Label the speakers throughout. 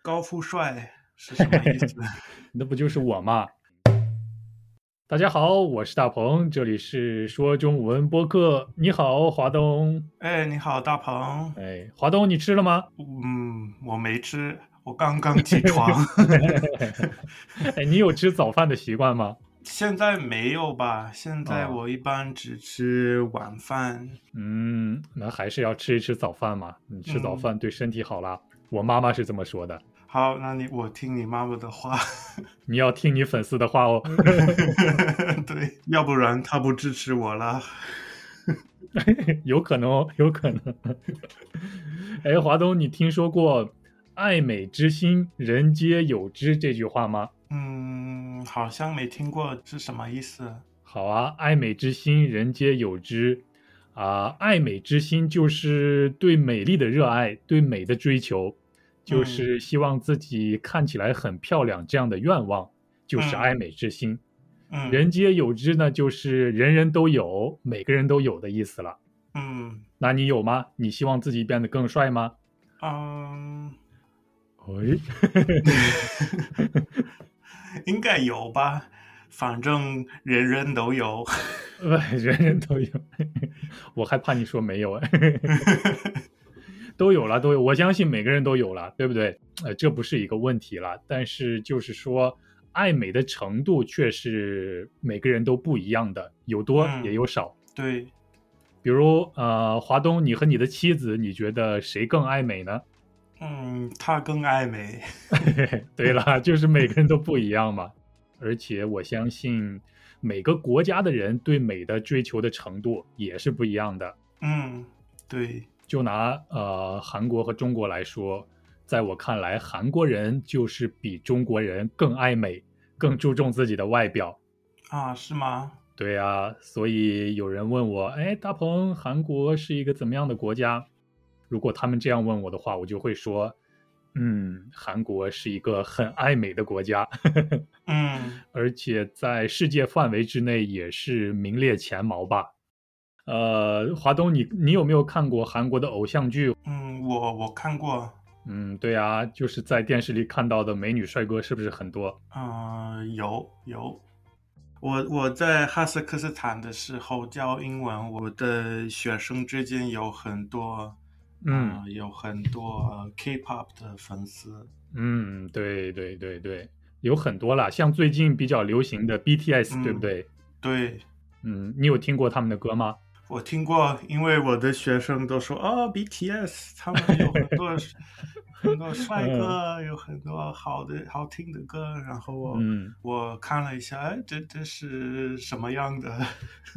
Speaker 1: 高富帅是什么意思？
Speaker 2: 那不就是我吗？大家好，我是大鹏，这里是说中文播客。你好，华东。
Speaker 1: 哎，你好，大鹏。
Speaker 2: 哎，华东，你吃了吗？
Speaker 1: 嗯，我没吃，我刚刚起床。
Speaker 2: 哎，你有吃早饭的习惯吗？
Speaker 1: 现在没有吧？现在我一般只吃晚饭。
Speaker 2: 嗯，那还是要吃一吃早饭嘛。你吃早饭对身体好啦。我妈妈是这么说的。
Speaker 1: 好，那你我听你妈妈的话，
Speaker 2: 你要听你粉丝的话哦。
Speaker 1: 对，要不然她不支持我了。
Speaker 2: 有可能哦，有可能。哎，华东，你听说过“爱美之心，人皆有之”这句话吗？
Speaker 1: 嗯，好像没听过，是什么意思？
Speaker 2: 好啊，“爱美之心，人皆有之”啊，“爱美之心”就是对美丽的热爱，对美的追求，就是希望自己看起来很漂亮这样的愿望，就是爱美之心。
Speaker 1: 嗯，
Speaker 2: 人皆有之呢，就是人人都有，每个人都有的意思了。
Speaker 1: 嗯
Speaker 2: 那你有吗？你希望自己变得更帅吗？
Speaker 1: 嗯，
Speaker 2: 哎，
Speaker 1: 应该有吧，反正人人都有。
Speaker 2: 人人都有， 我还怕你说没有哎，都有了，都有，我相信每个人都有了，对不对？呃，这不是一个问题了，但是就是说，爱美的程度却是每个人都不一样的，有多
Speaker 1: 嗯
Speaker 2: 也有少。
Speaker 1: 对，
Speaker 2: 比如呃，华东，你和你的妻子，你觉得谁更爱美呢？
Speaker 1: 嗯，他更爱美。
Speaker 2: 对了，就是每个人都不一样嘛。而且我相信每个国家的人对美的追求的程度也是不一样的。
Speaker 1: 嗯，对，
Speaker 2: 就拿呃韩国和中国来说，在我看来，韩国人就是比中国人更爱美，更注重自己的外表。
Speaker 1: 啊，是吗？
Speaker 2: 对啊，所以有人问我，哎，大鹏，韩国是一个怎么样的国家？如果他们这样问我的话，我就会说，嗯，韩国是一个很爱美的国家，
Speaker 1: 嗯
Speaker 2: 而且在世界范围之内也是名列前茅吧。呃，华东你，你有没有看过韩国的偶像剧？
Speaker 1: 嗯，我我看过，
Speaker 2: 嗯，对啊，就是在电视里看到的美女帅哥是不是很多？
Speaker 1: 嗯、有有。我我在哈萨克斯坦的时候教英文，我的学生之间有很多，
Speaker 2: 嗯
Speaker 1: 呃有很多呃 K-pop 的粉丝。
Speaker 2: 嗯，对对对对，有很多啦，像最近比较流行的 BTS，、对
Speaker 1: 嗯
Speaker 2: 不对？
Speaker 1: 对，
Speaker 2: 嗯，你有听过他们的歌吗？
Speaker 1: 我听过，因为我的学生都说哦，BTS 他们有很 多很多帅
Speaker 2: 嗯
Speaker 1: 哥，有很多好的好听的歌。然后我、
Speaker 2: 嗯
Speaker 1: 我看了一下，哎，这这是什么样的、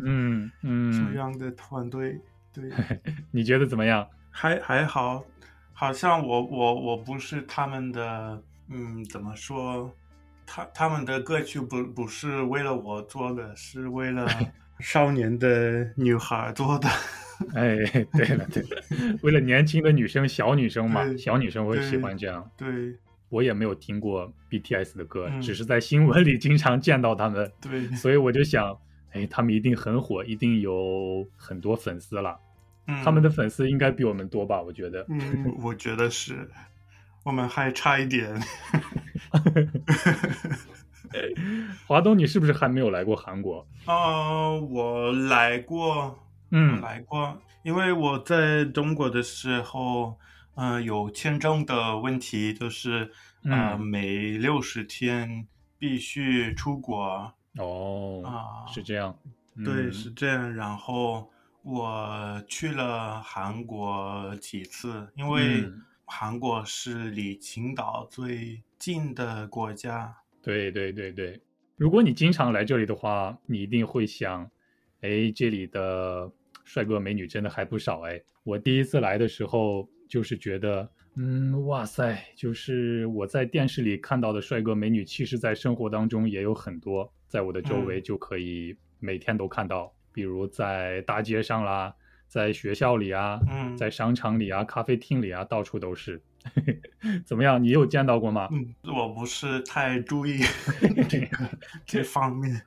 Speaker 2: 嗯
Speaker 1: 什么
Speaker 2: 嗯，
Speaker 1: 样的团队？ 对，
Speaker 2: 你觉得怎么样？
Speaker 1: 还还好，好像我我我不是他们的，嗯，怎么说？他他们的歌曲不不是为了我做的，是为 了少年的女孩做的。
Speaker 2: 哎， 对了对了，为了年轻的女生，小女生嘛，
Speaker 1: 对
Speaker 2: 小女生会喜
Speaker 1: 哎对
Speaker 2: 欢这样。
Speaker 1: 对
Speaker 2: 我也没有听过 BTS 的歌，
Speaker 1: 嗯
Speaker 2: 只是在新闻里经常见到他们，
Speaker 1: 对，
Speaker 2: 所以我就想，哎，他们一定很火，一定有很多粉丝了。他们的粉丝应该比我们多吧？我觉得。
Speaker 1: 嗯，嗯，我觉得是，我们还差一点。
Speaker 2: 华东，你是不是还没有来过韩国？
Speaker 1: 哦，我来过，我
Speaker 2: 嗯，
Speaker 1: 来过，因为我在中国的时候，嗯、有签证的问题，就是呃，
Speaker 2: 嗯
Speaker 1: 每六十天必须出国
Speaker 2: 哦，
Speaker 1: 啊。
Speaker 2: 是这样。
Speaker 1: 对，
Speaker 2: 嗯
Speaker 1: 是这样。然后我去了韩国几次，因为
Speaker 2: 嗯
Speaker 1: 韩国是离青岛最近的国家。
Speaker 2: 对对对对，如果你经常来这里的话，你一定会想，哎，这里的帅哥美女真的还不少哎。我第一次来的时候，就是觉得，嗯，哇塞，就是我在电视里看到的帅哥美女，其实在生活当中也有很多，在我的周围
Speaker 1: 嗯
Speaker 2: 就可以每天都看到，比如在大街上啦，在学校里啊，
Speaker 1: 嗯，
Speaker 2: 在商场里啊，咖啡厅里啊，到处都是。 怎么样？你有见到过吗？
Speaker 1: 嗯，我不是太注 意这个这方面。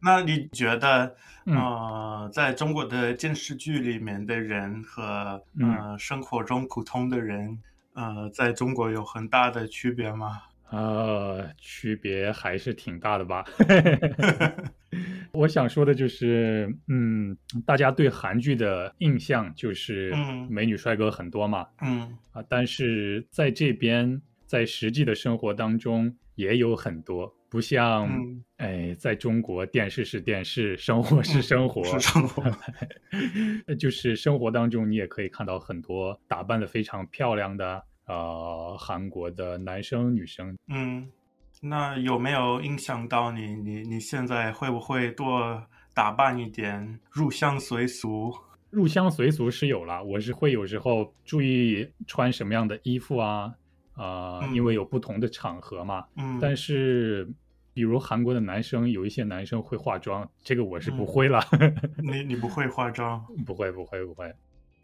Speaker 1: 那你觉得，
Speaker 2: 嗯
Speaker 1: 呃，在中
Speaker 2: 嗯
Speaker 1: 国的电视剧里面的人和呃生活中普通的人，呃在中国有很大的区别吗？
Speaker 2: 呃，区别还是挺大的 吧。我想说的就是，嗯，大家对韩剧的印象就是
Speaker 1: 嗯
Speaker 2: 美女帅哥很多嘛，
Speaker 1: 嗯
Speaker 2: 啊，但是在这边，在实际的生活当中也有很多，不像、
Speaker 1: 嗯，
Speaker 2: 哎，在中国电视是电视，生活是
Speaker 1: 嗯
Speaker 2: 生活，
Speaker 1: 是生活，
Speaker 2: 就是生活当中，你也可以看到很多打扮的非常漂亮的呃韩国的男生女生。
Speaker 1: 嗯，那有没有影响到你？你你现在会不会多打扮一点，入乡随俗？
Speaker 2: 入乡随俗是有啦，我是会有时候注意穿什么样的衣服啊，啊、
Speaker 1: 嗯
Speaker 2: 因为有不同的场合嘛。
Speaker 1: 嗯，
Speaker 2: 但是，比如韩国的男生，有一些男生会化妆，这个我是不
Speaker 1: 嗯
Speaker 2: 会啦，
Speaker 1: 你你不会化妆，
Speaker 2: 不会，不会，不会。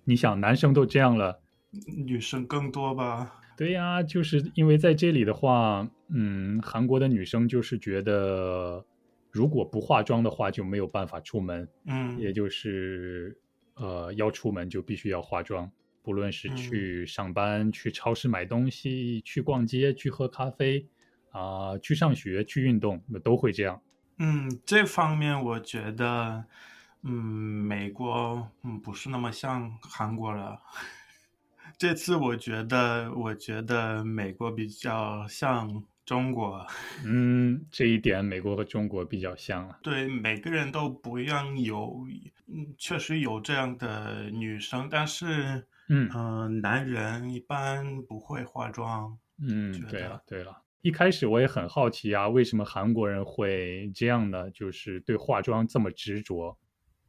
Speaker 2: 你想，男生都这样了，
Speaker 1: 女生更多吧？
Speaker 2: 对呀、就是因为在这里的话，嗯，韩国的女生就是觉得，如果不化妆的话就没有办法出门，
Speaker 1: 嗯
Speaker 2: 也就是呃，要出门就必须要化妆，不论是
Speaker 1: 嗯
Speaker 2: 去上班、去超市买东西、去逛街、去喝咖啡啊、去上学、去运动，都会这样。
Speaker 1: 嗯，这方面我觉得，嗯，美国嗯不是那么像韩国了。 这次我觉得，我觉得美国比较像中国。
Speaker 2: 嗯，这一点美国和中国比较像啊。
Speaker 1: 对，每个人都不一样，有，嗯，确实有这样的女生，但是，
Speaker 2: 嗯
Speaker 1: 呃，男人一般不会化妆。
Speaker 2: 嗯，
Speaker 1: 觉
Speaker 2: 对
Speaker 1: 得
Speaker 2: 了，对了，一开始我也很好奇啊，为什么韩国人会这样呢？就是对化妆这么执着。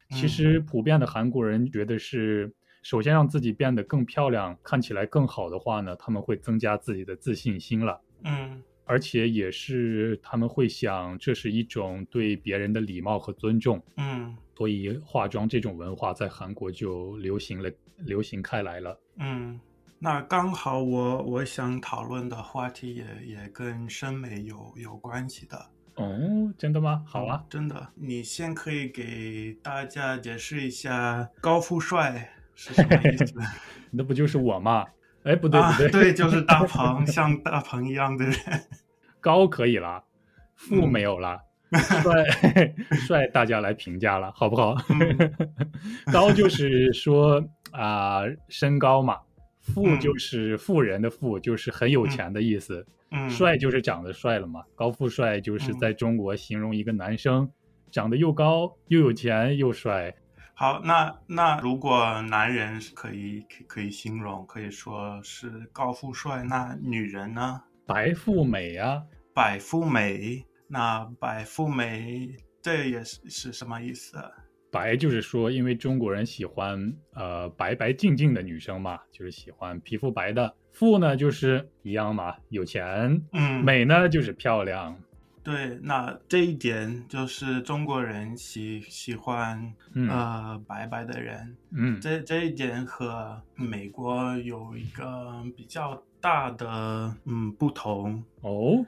Speaker 2: 其
Speaker 1: 嗯
Speaker 2: 实普遍的韩国人觉得是，首先让自己变得更漂亮，看起来更好的话呢，他们会增加自己的自信心了，
Speaker 1: 嗯
Speaker 2: 而且也是他们会想，这是一种对别人的礼貌和尊重。
Speaker 1: 嗯
Speaker 2: 所以化妆这种文化在韩国就流行了，流行开来了。
Speaker 1: 嗯，那刚好我我想讨论的话题也也跟审美有有关系的。
Speaker 2: 哦，真的吗？好啊
Speaker 1: 嗯，真的，你先可以给大家解释一下高富帅是什么意思
Speaker 2: 那不就是我吗？哎，不 对
Speaker 1: 啊
Speaker 2: 不对，？
Speaker 1: 对，就是大鹏，像大鹏一样的人。
Speaker 2: 高可以啦，
Speaker 1: 嗯
Speaker 2: 富没 有啦，帅 帅大家来评价了，好不好？
Speaker 1: 嗯
Speaker 2: 高就是说啊、身高嘛，富
Speaker 1: 嗯
Speaker 2: 就是富人的富，就是很有钱的意思，
Speaker 1: 嗯，
Speaker 2: 帅就是长得帅了嘛，高富帅就是
Speaker 1: 嗯
Speaker 2: 在中国形容一个男生长得又高又有钱又帅，
Speaker 1: 好，那那如果男人是可以可以可以形容，可以说是高富帅，那女人呢？
Speaker 2: 白富美啊，
Speaker 1: 百富美，那百富美这也是是什么意思啊？
Speaker 2: 白就是说，因为中国人喜欢呃白白净净的女生嘛，就是喜欢皮肤白的。富呢就是一样嘛，有钱；
Speaker 1: 嗯，
Speaker 2: 美呢就是漂亮。
Speaker 1: 对，那这一点就是中国人喜喜欢
Speaker 2: 嗯、
Speaker 1: 呃白白的人，
Speaker 2: 嗯，
Speaker 1: 这这一点和美国有一个比较大的嗯不同，
Speaker 2: 哦，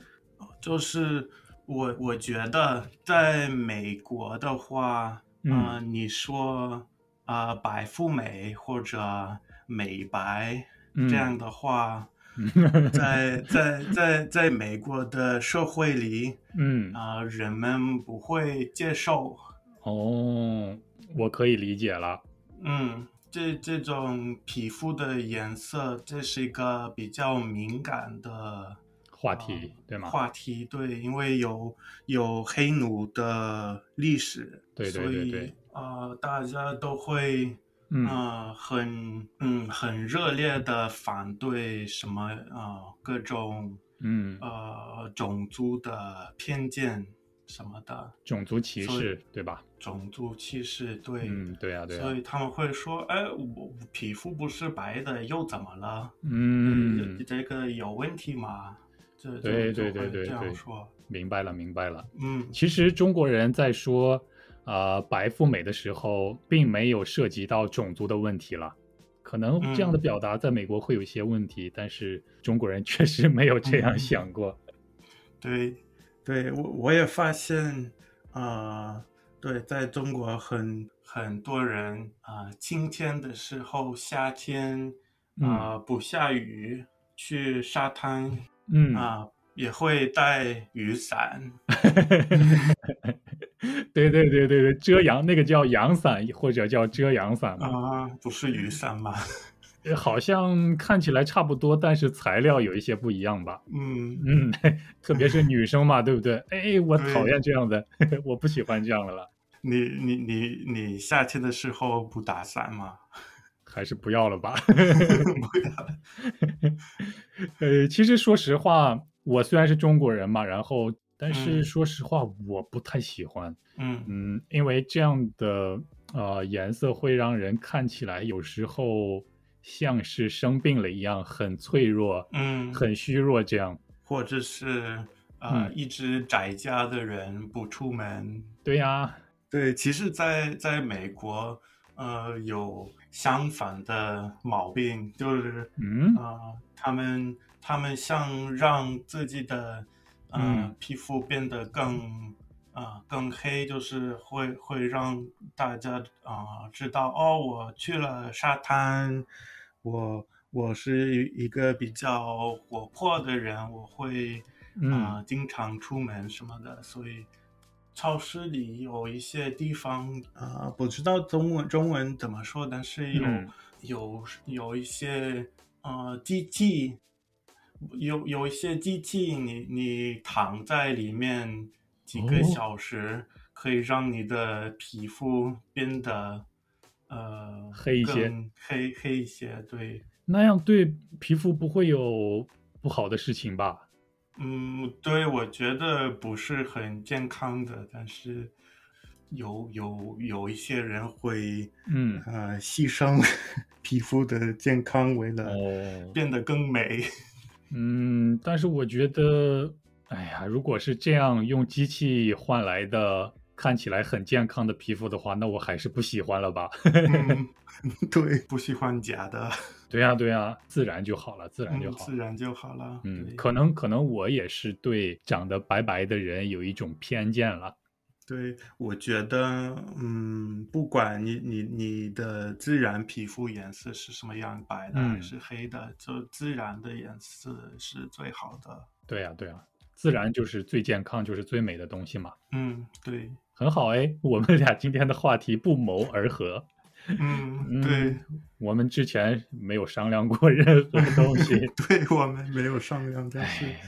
Speaker 1: 就是我我觉得在美国的话，
Speaker 2: 嗯
Speaker 1: 呃，你说呃白富美或者美白
Speaker 2: 嗯
Speaker 1: 这样的话， 在在在在美国的社会里，
Speaker 2: 嗯
Speaker 1: 啊、人们不会接受，
Speaker 2: 哦，我可以理解了。
Speaker 1: 嗯。这这种皮肤的颜色，这是一个比较敏感的
Speaker 2: 话题、对吗？
Speaker 1: 啊话题，对，因为有有黑奴的历史，
Speaker 2: 对对对
Speaker 1: 所
Speaker 2: 对
Speaker 1: 以呃，大家都会
Speaker 2: 嗯
Speaker 1: 呃很嗯很热烈的反对什么呃各种
Speaker 2: 嗯，
Speaker 1: 呃种族的偏见什么的，
Speaker 2: 种族歧
Speaker 1: 所以
Speaker 2: 视对吧？
Speaker 1: 种族歧视，对。
Speaker 2: 嗯，对呀、对呀、
Speaker 1: 所以他们会说：“哎，我皮肤不是白的，又怎么了？
Speaker 2: 嗯
Speaker 1: 这，这个有问题吗？”这就
Speaker 2: 对
Speaker 1: 就
Speaker 2: 对对
Speaker 1: 会
Speaker 2: 对
Speaker 1: 这
Speaker 2: 对
Speaker 1: 样说。
Speaker 2: 明白了，明白了。
Speaker 1: 嗯
Speaker 2: 其实中国人在说呃白富美的时候，并没有涉及到种族的问题了。可能这
Speaker 1: 嗯
Speaker 2: 样的表达在美国会有一些问题，但是中国人确实没有这样
Speaker 1: 嗯
Speaker 2: 想过。，
Speaker 1: 对，对我我也发现，呃，对，在中国很很多人啊、呃，今天的时候夏天啊、呃不下雨，去沙滩
Speaker 2: 嗯
Speaker 1: 啊、也会带雨伞。
Speaker 2: 对对对对对，遮阳那个叫阳伞或者叫遮阳伞嘛，
Speaker 1: 啊、不是雨伞吧？
Speaker 2: 呃好像看起来差不多，但是材料有一些不一样吧。
Speaker 1: 嗯，
Speaker 2: 嗯， 特别是女生嘛，对不对？哎，我
Speaker 1: 对
Speaker 2: 讨厌这样的， 我不喜欢这样的了，
Speaker 1: 你你你你夏天的时候不打伞吗？
Speaker 2: 还是不要 了吧。
Speaker 1: 不打。
Speaker 2: 呃，其实说实话，我虽然是中国人嘛，然后但是
Speaker 1: 嗯
Speaker 2: 说实话，我不太喜欢。
Speaker 1: 嗯
Speaker 2: 嗯，因为这样的呃颜色会让人看起来有时候像是生病了一样，很脆弱，
Speaker 1: 嗯，
Speaker 2: 很虚弱这样。
Speaker 1: 或者是呃、
Speaker 2: 嗯
Speaker 1: 一直宅家的人不出门。
Speaker 2: 对呀、
Speaker 1: 对，其实在，在美国，呃，有相反的毛病，就是
Speaker 2: 嗯
Speaker 1: 呃，他们他们想让自己的呃、
Speaker 2: 嗯
Speaker 1: 皮肤变得更呃更黑，就是会会让大家啊、呃知道哦，我去了沙滩，我我是一个比较活泼的人，我会啊、
Speaker 2: 嗯
Speaker 1: 经常出门什么的，所以。超市里有一些地方啊、呃，不知道中文中文怎么说，但是有、
Speaker 2: 嗯
Speaker 1: 有有一些呃机器，有有一些机器你，你躺在里面几
Speaker 2: 哦
Speaker 1: 个小时，可以让你的皮肤变得呃
Speaker 2: 黑一些，
Speaker 1: 更黑黑一些。对，
Speaker 2: 那样对皮肤不会有不好的事情吧？
Speaker 1: 嗯，对，我觉得不是很健康的，但是有有有一些人会
Speaker 2: 嗯，
Speaker 1: 呃牺牲皮肤的健康为了
Speaker 2: 哦，
Speaker 1: 变得更美。
Speaker 2: 嗯，但是我觉得，哎呀，如果是这样用机器换来的看起来很健康的皮肤的话，那我还是不喜欢了吧。
Speaker 1: 嗯，对，不喜欢假的，
Speaker 2: 对呀、对呀、自然就好了，自然就
Speaker 1: 嗯，
Speaker 2: 好。
Speaker 1: 自然就好了。
Speaker 2: 嗯，
Speaker 1: 对
Speaker 2: 可能可能我也是对长得白白的人有一种偏见了。
Speaker 1: 对，我觉得，嗯，不管你你你的自然皮肤颜色是什么样，白的还
Speaker 2: 嗯
Speaker 1: 是黑的，就自然的颜色是最好的。
Speaker 2: 对呀、对呀、自然就是最健康，就是最美的东西嘛。
Speaker 1: 嗯，对，
Speaker 2: 很好哎，我们俩今天的话题不谋而合。
Speaker 1: 嗯，对，
Speaker 2: 嗯我们之前没有商量过 任何东西。
Speaker 1: 对我们没有商量，但是，
Speaker 2: 哎，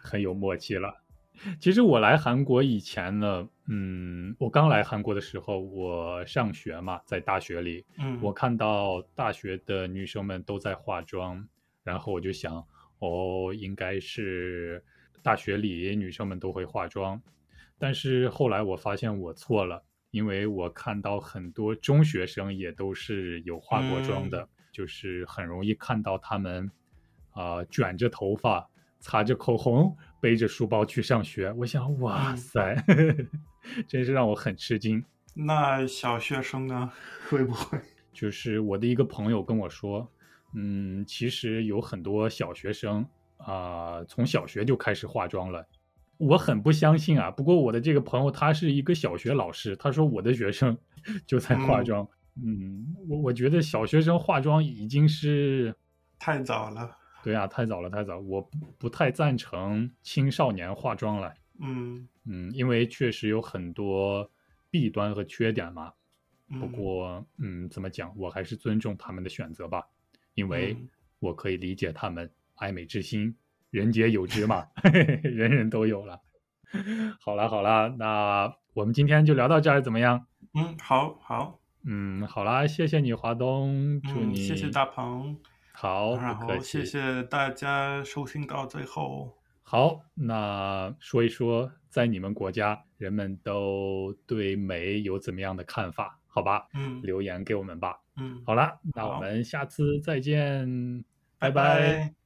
Speaker 2: 很有默契了。其实我来韩国以前呢，嗯，我刚来韩国的时候，我上学嘛，在大学里，
Speaker 1: 嗯，
Speaker 2: 我看到大学的女生们都在化妆，然后我就想，哦，应该是大学里女生们都会化妆。但是后来我发现我错了，因为我看到很多中学生也都是有化过妆
Speaker 1: 嗯
Speaker 2: 的，就是很容易看到他们啊、卷着头发，擦着口红，背着书包去上学。我想，哇
Speaker 1: 嗯
Speaker 2: 塞， 真是让我很吃惊。
Speaker 1: 那小学生呢，会不会？
Speaker 2: 就是我的一个朋友跟我说，嗯，其实有很多小学生啊、从小学就开始化妆了。我很不相信啊，不过我的这个朋友他是一个小学老师，他说我的学生 就在化
Speaker 1: 嗯
Speaker 2: 妆。嗯，我我觉得小学生化妆已经是，
Speaker 1: 太早了，
Speaker 2: 对啊，太早了，太早，我不不太赞成青少年化妆了。
Speaker 1: 嗯，
Speaker 2: 嗯，因为确实有很多弊端和缺点嘛。不
Speaker 1: 嗯，
Speaker 2: 过，嗯，怎么讲，我还是尊重他们的选择吧，因为
Speaker 1: 嗯
Speaker 2: 我可以理解他们爱美之心，人皆有之嘛， 人人都有了。好啦好啦，那我们今天就聊到这儿，怎么样？
Speaker 1: 嗯，好好，
Speaker 2: 嗯，好啦，谢谢你，华东，祝
Speaker 1: 嗯，
Speaker 2: 你、
Speaker 1: 谢谢大鹏，
Speaker 2: 好，
Speaker 1: 然
Speaker 2: 不客
Speaker 1: 后
Speaker 2: 气，
Speaker 1: 谢谢大家收听到最后。
Speaker 2: 好，那说一说在你们国家人们都对美有怎么样的看法？好吧，
Speaker 1: 嗯
Speaker 2: 留言给我们吧。
Speaker 1: 嗯，
Speaker 2: 好啦，那我
Speaker 1: 好
Speaker 2: 们下次再见，拜
Speaker 1: 拜拜